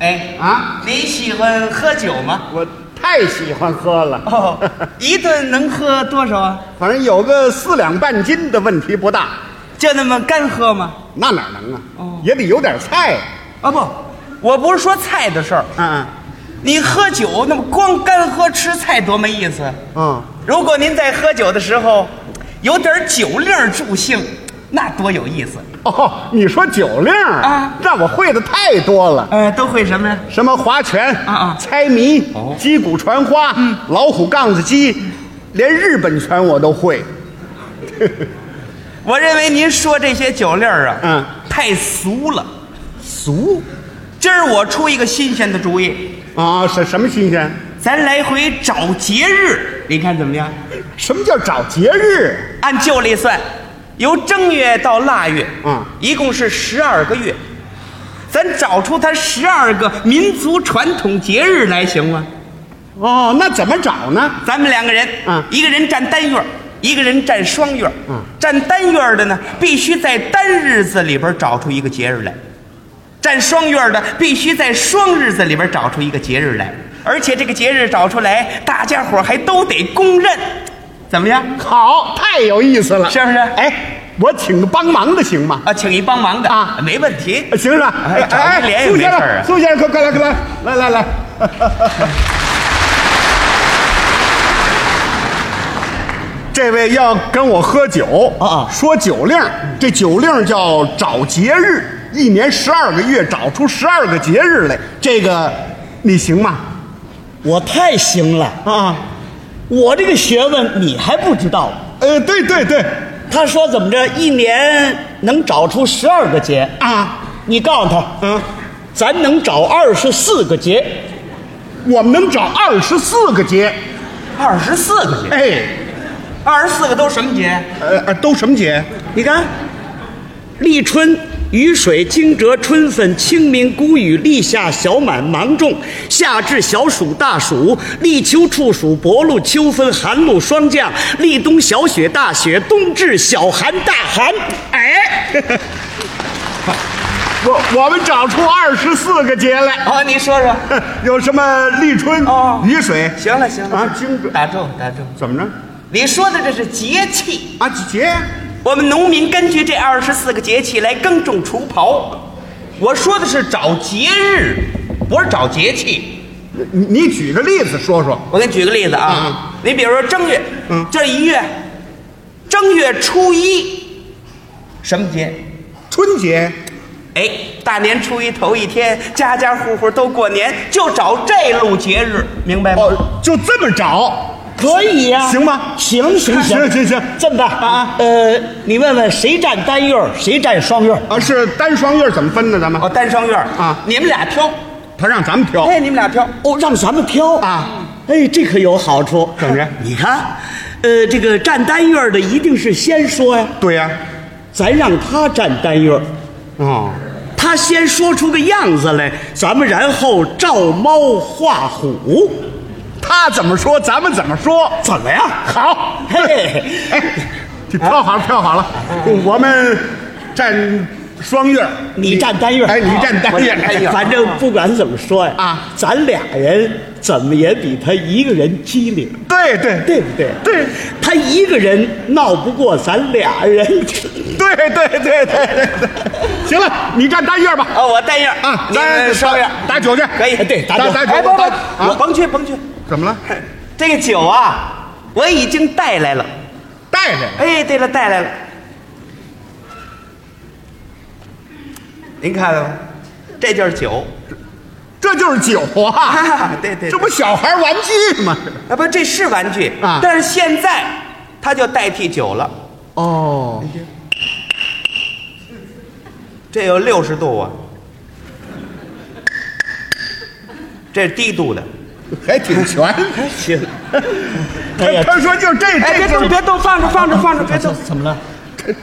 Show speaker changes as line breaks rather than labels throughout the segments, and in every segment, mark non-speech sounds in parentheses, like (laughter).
哎，
啊！
你喜欢喝酒吗？ (laughs)
我太喜欢喝了，
哦，一顿能喝多少啊？
反正有个四两半斤的问题不大，
就那么干喝吗？
那哪能啊？
哦
也得有点菜
啊不，我不是说菜的事儿，
啊。
你喝酒那么光干喝吃菜多没意思。
嗯，
如果您在喝酒的时候有点酒令儿助兴，那多有意思。
哦，你说酒令儿
啊
让我会的太多了。
呃，都会什么呀？
什么划拳
啊啊嗯
猜谜、击鼓传花、老虎杠子鸡，连日本拳我都会。
我认为您说这些酒令儿啊，
嗯，
太俗了。
俗
今儿我出一个新鲜的主意，
啊，什什么新鲜？
咱来回找节日，你看怎么样？
什么叫找节日？
按旧历算，由正月到腊月，
嗯
一共是十二个月，咱找出它十二个民族传统节日来行吗？
哦，那怎么找呢？
咱们两个人，
嗯
一个人占单月儿，一个人占双月儿，
嗯
占单月儿的呢，必须在单日子里边找出一个节日来；占双月儿的，必须在双日子里边找出一个节日来，而且这个节日找出来，大家伙儿还都得公认，怎么样？
好，太有意思了，
是不是
哎，我请个帮忙的行吗？
啊，请一帮忙的
啊
没问题。
呃行是吧？
哎找人连也
苏
没
先
事儿啊
生，苏先生，快快来，快来，来来 (laughs) 来，这位要跟我喝酒
啊啊
说酒令儿，这酒令儿叫找节日，一年十二个月找出十二个节日来，这个你行吗？
我太行了，
啊，
我这个学问你还不知道。
呃，对对对，
他说怎么着，一年能找出十二个节
啊？
你告诉他，
嗯，
咱能找二十四个节，
我们能找二十四个节，
二十四个节，
哎，
二十四个都什么节？
呃呃，都什么节？
你看，立春、雨水、惊蛰、春分、清明、谷雨、立夏、小满、芒种、夏至、小暑、大暑、立秋、处暑、薄露、秋分、寒露、霜降、立冬、小雪、大雪、冬至、小寒、大寒。哎，
我我们找出二十四个节来。
啊，你说说。
(laughs) 有什么立春、
哦
雨水？
行了行了
啊，惊蛰
打住打住，
怎么着？
你说的这是节气。
啊，节
我们农民根据这二十四个节气来耕种除刨。我说的是找节日，不是找节气。
你你举个例子说说。
我给你举个例子啊，你比如说正月，嗯，这一月，正月初一，什么节？
春节
哎，大年初一头一天，家家户户都过年，就找这路节日，明白吗？
哦，就这么找，
可以呀、
行吗
行行
行
行
行行
这么办
啊
呃，你问问谁占单月儿，谁占双月儿？
啊？是单双月怎么分的？咱们
哦，单双月啊
啊，
你们俩挑，
他让咱们挑。
哎，你们俩挑，
哦，让咱们挑
啊！
哎，这可有好处。
怎么着
你看，呃，这个占单月儿的一定是先说呀，
对呀、
咱让他占单月儿，
哦，
他先说出个样子来，咱们然后照猫画虎，
他怎么说，咱们怎么说？
怎么样？
好，
嘿
哎，你挑好了，挑好了，我们占双月，
你占单月儿
哎，你占单月，
(laughs)
我占单月
反正不管怎么说呀，
啊
咱俩人怎么也比他一个人机灵，
对对对
对不对？
对，
他一个人闹不过咱俩人，
(laughs) 对对对对对对，行了，你占单月吧。
哦，我单月
啊，
你
咱
们双月，
打酒去，
可以
哎对打酒
打酒，
哎，不
打
不，我
啊，
甭去甭去。
怎么了？
这个酒啊，我已经带来了。
带来了，
哎，对了，带来了。您看到吗？这就是酒
这就是酒啊！ (laughs)
啊！对对，
这不小孩玩具吗？
啊不，这是玩具
啊
但是现在它就代替酒了。
哦，
这有六十度啊，这是低度的。
(laughs) 还挺全。 (laughs)
(laughs) 行。哎
他
呀，
他说就这
哎，别
这
动，
这，
别动，放着，放着，放着，别动。
怎么了？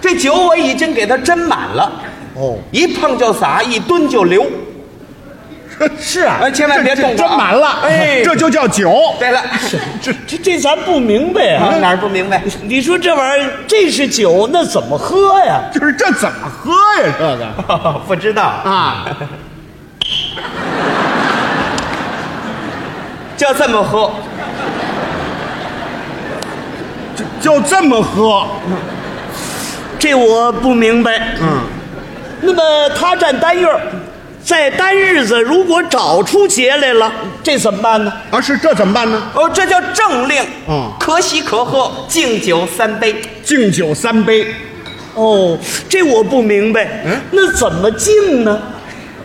这酒我已经给它斟满了，
哦，
一碰就洒，一蹲就流。
(laughs)
是啊，
哎，千万别动、啊，
斟满了，
哎，
(laughs) 这就叫酒。
对了，
这这咱不明白啊！
啊 (laughs) 哪儿不 (laughs) 明白？
你说这玩意儿，这是酒，那怎么喝呀？
就是这怎么喝呀？这个
啊不知道啊，
啊，
就这么喝。
就这么喝，
这我不明白。嗯，那么他占单月儿，在单日子如果找出节来了，这怎么办呢？
啊，是这怎么办呢？
哦，这叫政令。
嗯
可喜可贺，敬酒三杯。
敬酒三杯，
哦，这我不明白。嗯，那怎么敬呢？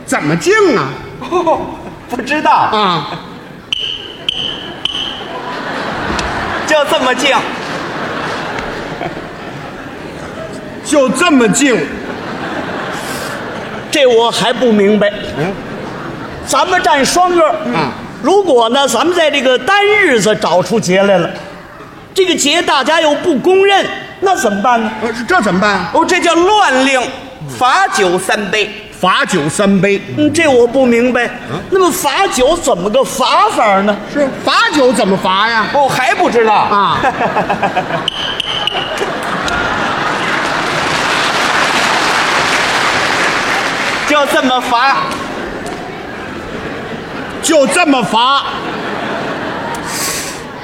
怎么敬啊？
哦， (laughs) 不知道，
啊，
就这么敬。
就这么敬，
这我还不明白。
嗯，
咱们占双月啊
啊
如果呢，咱们在这个单日子找出节来了，这个节大家又不公认，那怎么办呢？
呃，是这怎么办？
哦，这叫乱令，罚酒三杯。
罚酒三杯，
嗯，这我不明白。那么罚酒怎么个罚法呢？
是罚酒怎么罚呀？
哦，还不知道啊？
啊，
就这么罚。
就这么罚，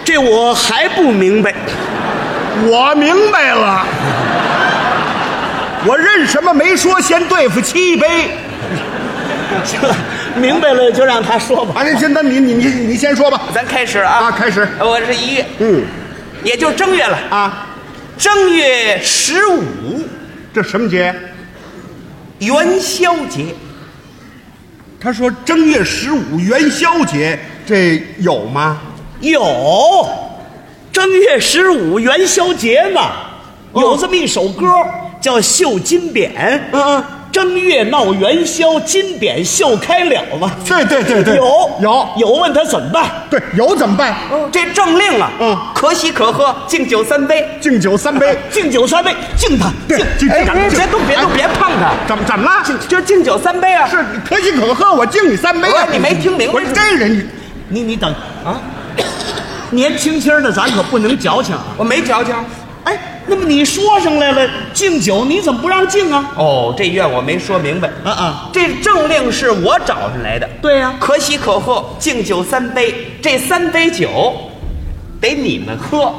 这我还不明白。 (laughs)
我明白了，我认什么没说，先对付七杯。
行了，明白了就让他说吧。
啊，那现在你你你你先说吧。
咱开始啊！
啊开始
我是一月，
嗯，
也就正月了。
啊，
正月十五，
这什么节？
元宵节。
他说正月十五元宵节，这有吗？
有，正月十五元宵节嘛，有这么一首歌叫《绣金匾》。嗯嗯，正月闹元宵，金匾绣开了嘛。
对对对对，
有
有
有，问他怎么办？
对有怎么办？
这政令啊，
嗯
可喜可贺，敬酒三杯。
敬酒三杯。
敬酒三杯，敬他，
对
敬
敬
哎，
敬
别别动，别动，别碰他，
(laughs) 怎么怎么了？
就敬酒三杯啊！
是可喜可贺，我敬你三杯啊
不！是你没听明白
不是这人，你
你你等啊，年轻轻的，咱可不能矫情啊。
我没瞧瞧。
哎，那么你说上来了敬酒，你怎么不让敬啊？
哦，这愿我没说明白。
嗯
啊啊，
这政令是我找上来的。
对呀
可喜可贺，敬酒三杯。这三杯酒，得你们喝。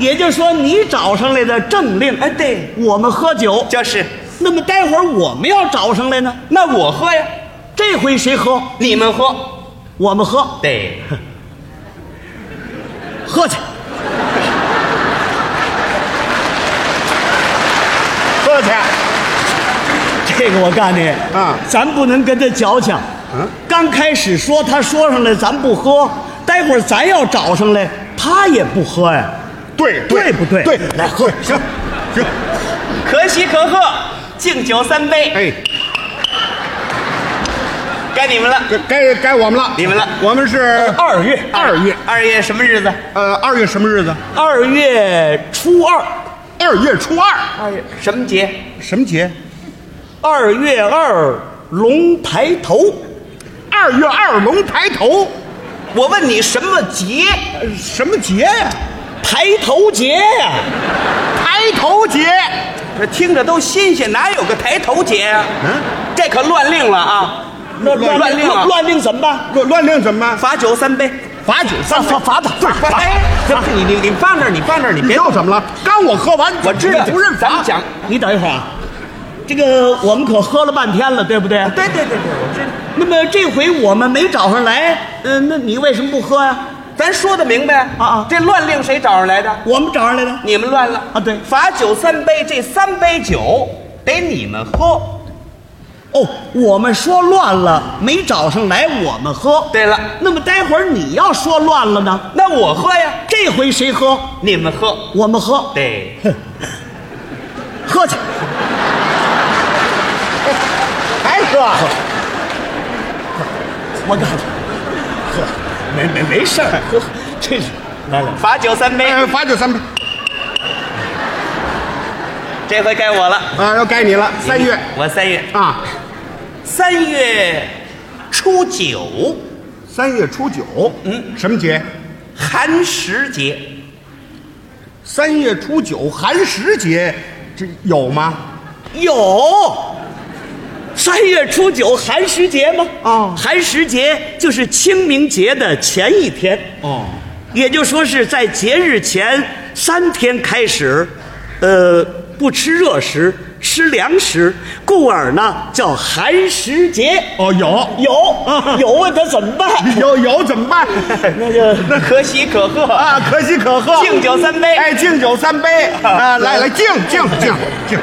也就是说你找上来的政令，
哎，对，
我们喝酒。
就是。
那么待会儿我们要找上来呢，
那我喝呀，
这回谁喝？
你们喝。
我们喝，
对，
喝去。
喝去。
这个我告诉你，
啊
咱不能跟他矫情。嗯，刚开始说他说上来咱不喝，待会儿咱要找上来他也不喝呀。
对
对不对
对，来喝，行行，
可喜可贺，敬酒三杯。
哎，
该你们了。
该该该我们了，
你们了
我们是
二月
二月，
二月什么日子？
呃，二月什么日子？
二月初二，
二月初二，
二月什么节？
什么节？
二月二龙抬头，
二月二龙抬
哦
头，
我问你什么节？
呃什么节呀？
抬头节呀、
抬头节。
这听着都新鲜，哪有个抬头节呀、
嗯，
这可乱令了啊！
那
乱
乱
令啊
乱令怎么办？
乱乱令怎么办？
罚酒三杯。
罚酒
罚罚罚他，罚
罚哎，这不你你你放这儿，你放这儿，你
你
别
又怎么了？刚我喝完，
我知道，
不认
咱
罚
们。讲，
你等一会儿啊，这个我们可喝了半天了，对不对？
哎对对对对，我知道，
那么这回我们没找上来，嗯、那你为什么不喝呀、
咱说的明白
啊啊
这乱令谁找上来的？
我们找上来的，
你们乱了
啊对
罚酒三杯，这三杯酒得你们喝。
哦，我们说乱了，没找上来，我们喝。
对了
那么待会儿你要说乱了呢，
那我喝呀，
这回谁喝？
你们喝。
我们喝，
对，
喝去。
还
哎
喝？
我告诉你，喝，没没没事儿，喝， (laughs) 这是来来，
罚酒三杯，
呃，罚酒三杯。
这回该我了。
啊，要该你了。三月
我三月，
啊，
三月初九，
三月初九，嗯，什么节？
寒食节。
三月初九寒食节，这有吗？
有，三月初九寒食节吗？
哦
寒食节就是清明节的前一天，
哦，
也就说是在节日前三天开始，呃，不吃热食，吃凉食，故而呢叫寒食节。
哦，有 (laughs)
有有问他怎么办？
有有怎么办？
(laughs)
那就
那可喜可贺啊！
啊，可喜可贺，
敬酒三杯
哎，敬酒三杯 (laughs) 啊，来来敬敬敬敬，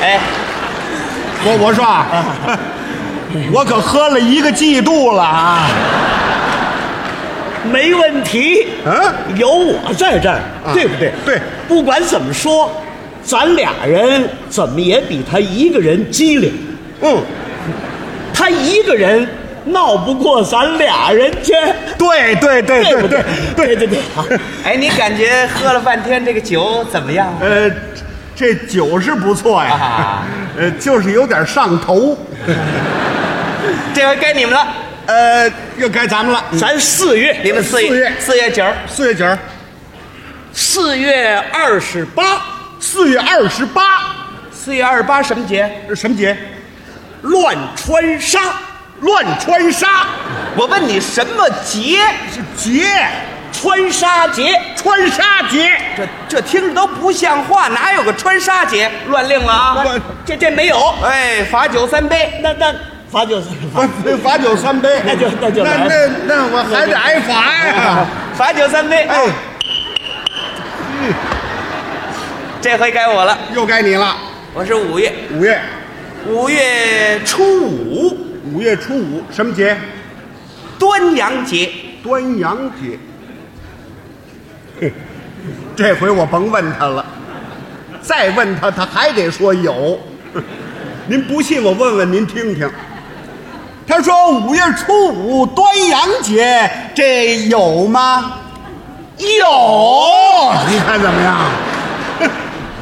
哎，
我我说啊， (laughs) 我可喝了一个季度了啊，
没问题。
嗯，
有我在这儿，对不对？
对，
不管怎么说，咱俩人怎么也比他一个人机灵。
嗯，
他一个人闹不过咱俩人去，
对对对
对
对
不对
对？
对对对。好
哎，你感觉喝了半天这个酒怎么样？
呃，这酒是不错呀
啊，
呃，就是有点上头，
这回该你们了，
呃，又该咱们了，
咱四
你
月
们四
四
月
月
四月九儿，
四月几儿？
四月二十八，
四月二十八，
四月二十八什么节？
什么节？
乱穿纱，
乱穿纱
我问你什么节？
是节，
穿纱节，
穿纱节。
这这听着都不像话，哪有个穿纱节？乱令了啊！
这这没有，
哎，罚酒三杯。
那那罚酒三
罚罚酒三杯，
那就那就
那
来
那那我还得挨罚呀！
罚酒三杯，
哎，
这回该我了。
又该你了。
我是五月，
五月，
五月初五，
五月初五什么节？
端阳节。
端阳节。嘿 (laughs) 这回我甭问他了，再问他他还得说有。 (laughs) 您不信我问问您听听。他说五月初五端阳节，这有吗？有， (laughs) 你看怎么样？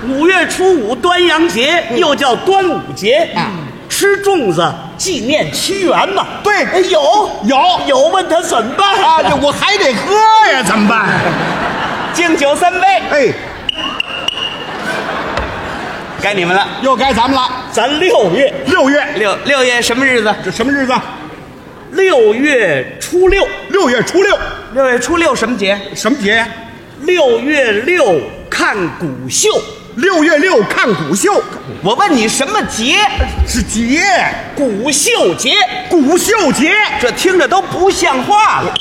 五月初五端阳节，又叫端午节，
啊
吃粽子纪念屈原嘛。
对
哎有
有 (laughs)
有，问他怎么办
啊，这我还得喝呀，怎么办？
敬酒三杯，
哎，
该你们了。
又该咱们了。
咱六月
六月
六六月什么日子？
这什么日子？
六月初六，
六月初六，
六月初六什么节？
什么节呀？
六月六看古秀，
六月六看古秀，
我问你什么节？
是节，
古秀节，
古秀节。
这听着都不像话了。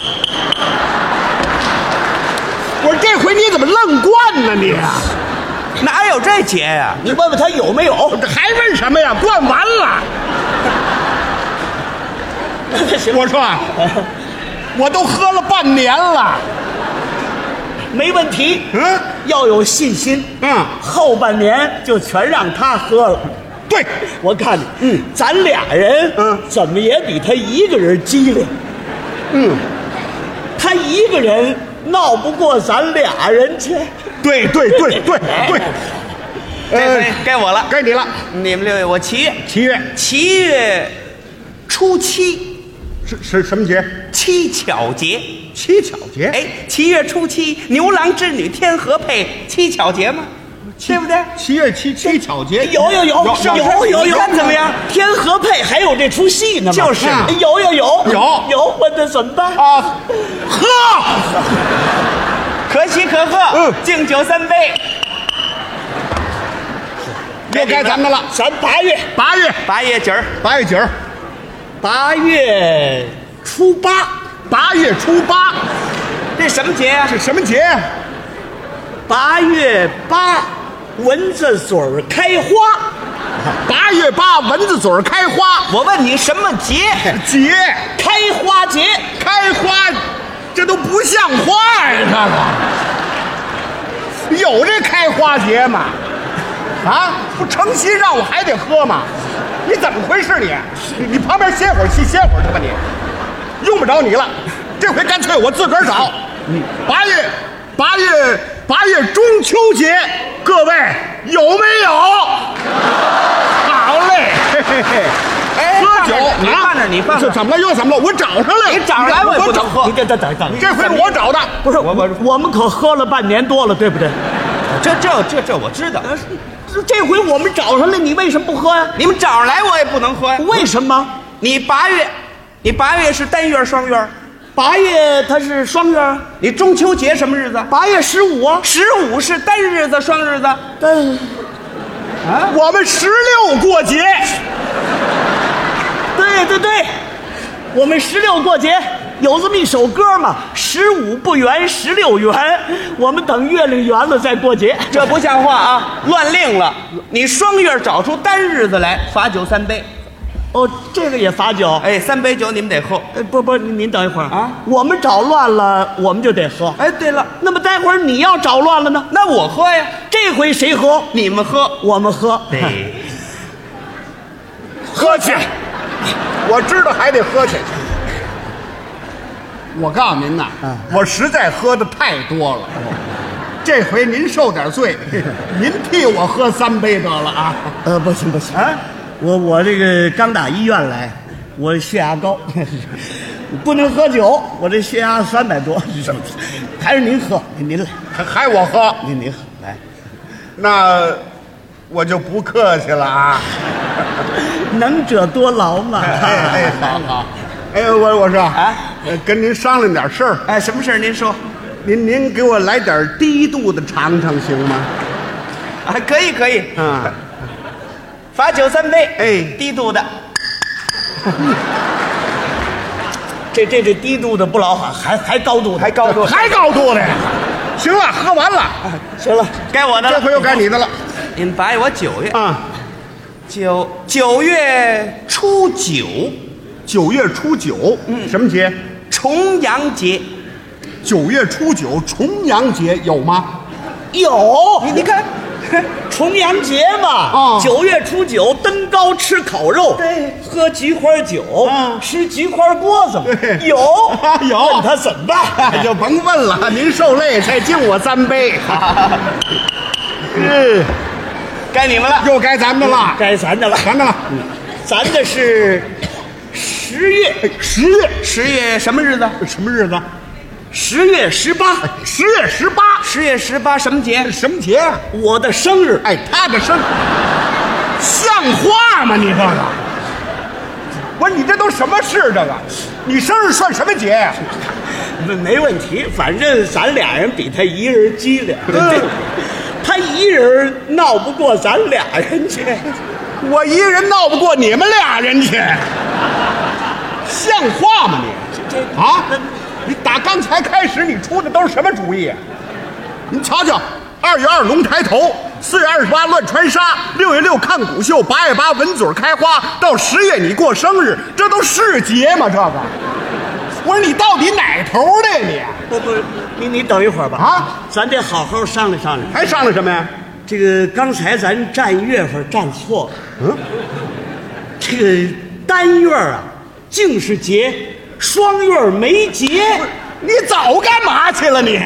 我说这回你怎么愣灌呢你？
哪有这节呀、
你问问他有没有？
这还问什么呀？灌完了。我说啊，我都喝了半年了。
没问题，
嗯
要有信心。
嗯，
后半年就全让他喝了。
对，
我看你，嗯，咱俩人，
嗯
怎么也比他一个人机灵，
嗯，
他一个人闹不过咱俩人去。
对对对对对，哎
这回该我了。
该你了。
你们六月，我七月，
七月
七月初七，
是是什么节？
七巧节。
七巧节。
哎，七月初七，牛郎织女天河配，七巧节吗？对不对？
七月七七巧节
有有有
有
不是
有有
你
有，
看怎么样？
天河配还有这出戏呢吗？
就是
哎有有有
有
有，哦问他怎么办？
啊，喝，
可喜可贺，
嗯
敬酒三杯。
又该咱们了。
咱八月
八月
八月九儿，
八月九儿，
八月初八，
八月初八，
这什么节啊呀、
这什么节？
八月八，蚊子嘴儿开花，
八月八，蚊子嘴儿开花，
我问你什么节？
节
开花节。
开花，这都不像话呀！这个有这开花节吗？啊，不诚心让我还得喝吗？你怎么回事你？你你旁边歇会儿去，歇会儿去吧你，用不着你了，这回干脆我自个儿找。八月八月八月中秋节，各位有没有？好嘞，嘿嘿嘿。
哎
喝酒
放这儿你
啊
放这儿你放这
这
儿
怎么了？又怎么了？我找上来了，
你找上来我也不能喝
你等等等等，
这回是我找的，
不是我我们可喝了半年多了，对不对？
这这这这我知道，
呃
这这回我们找上了，你为什么不喝呀、
你们找上来我也不能喝呀。
为什么？
你八月，你八月是单月儿双月儿？
八月它是双月儿，
你中秋节什么日子？
八月十五啊。
十五是单日子双日子，
但
我们十六过节，
对对对，我们十六过节有这么一首歌嘛，十五不圆，十六圆，我们等月亮圆了再过节。
这不像话啊！乱令了，你双月儿找出单日子来，罚酒三杯。
哦，这个也罚酒。
哎，三杯酒你们得喝。
呃，不不，您您等一会儿
啊
我们找乱了，我们就得喝。
哎，对了，
那么待会儿你要找乱了呢，
那我喝呀，
这回谁喝？
你们喝。
我们喝。
对，
喝去。我知道还得喝去。我告诉您呐，我实在喝的太多了，这回您受点 (laughs) 罪，您替我喝三杯得了啊！
呃，不行不行，
啊，
我我这个刚打医院来，我血压高， (laughs) 不能喝酒，我这血压三百多， (laughs) 还是您喝，您您来，
还还我喝，
您您喝来。
那我就不客气了 (laughs) 啊！
能者多劳嘛。
哎，好好。哎，我我说啊，呃跟您商量点事儿，
哎，什么事儿您说？
您您给我来点低度的尝尝行吗？
啊，可以可以，
啊，
罚酒三杯。
哎
低度的，
这这这低度的不老好，还还高度的，
还高度，
还高度的呀？行了，喝完了，
行了，
该我的
这
了。
回又该你的了
你们罚我九月
啊！
九九月初九，
九月初九，什么节？
重阳节。
九月初九，重阳节有吗？
有
你你看，
(laughs) 重阳节嘛
啊
哦， (laughs)
九、月初九登高吃烤肉，对，喝菊花酒，
嗯
吃菊花锅子嘛，
对
(laughs) 有
啊有哎
问他怎么办？
就甭问了，您受累，再敬我三杯。嗯，
该你们
(laughs)
了。
又该咱们的了，
该啊咱的了，嗯
咱的了。
咱的是十月
十月
十月什么日子？
什么日子？
十月十八，
十月十八，
十月十八什么节？
什么节？啊
我的生日，
哎，他的生，像话吗？你这个，我说你这都什么事？这个，你生日算什么节呀？
没没问题，反正咱俩人比他一人机灵，
嗯
他一人闹不过咱俩人去。
我一个人闹不过你们俩人去，像话吗你？啊，你打刚才开始你出的都是什么主意、啊？您瞧瞧，二月二龙抬头，四月二十八乱穿纱，六月六看骨秀，八月八闻嘴开花，到十月你过生日，这都是节吗？这个，我说你到底哪头的呀你？
不不，你你等一会儿吧
啊，
咱得好好商量商量。
还商量什么
哎
呀？
这个刚才咱站月份站错了，嗯，这个单月啊，竟是节，双月没节，
你早干嘛去了你？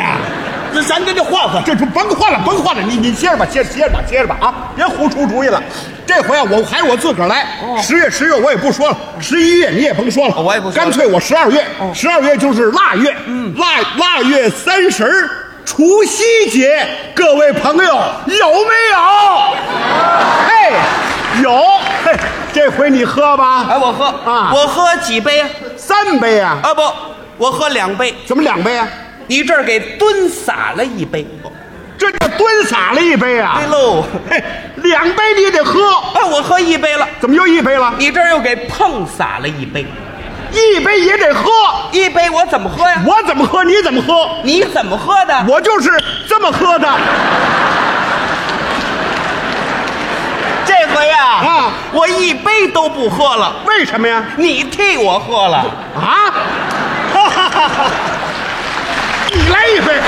那咱跟这换换。
这这甭换了，甭换了，你你接着吧，接着接着吧，接着吧啊！别胡出主意了。这回啊，我还是我自个儿来。十月、十月我也不说了，十一月你也甭说了，
哦我也不说了哦
干脆我十二月，十二月就是腊月，嗯，腊腊月三十儿除夕节，各位朋友有没
哦
有？嘿，有，嘿，这回你喝吧，
哎，我喝
啊
我喝几杯啊？
三杯啊？
啊不，我喝两杯。
怎么两杯啊？
你这儿给蹲洒了一杯。
这叫蹲洒了一杯啊
对！喽，
嘿，两杯你也得喝，
哎，我喝一杯了，
怎么又一杯了？
你这儿又给碰洒了一杯。
一杯也得喝，
一杯我怎么喝呀？
我怎么喝你怎么喝，
你怎么喝的？
我就是这么喝的
这回呀，
啊
我一杯都不喝了，
为什么呀？
你替我喝了。
啊，你来一杯。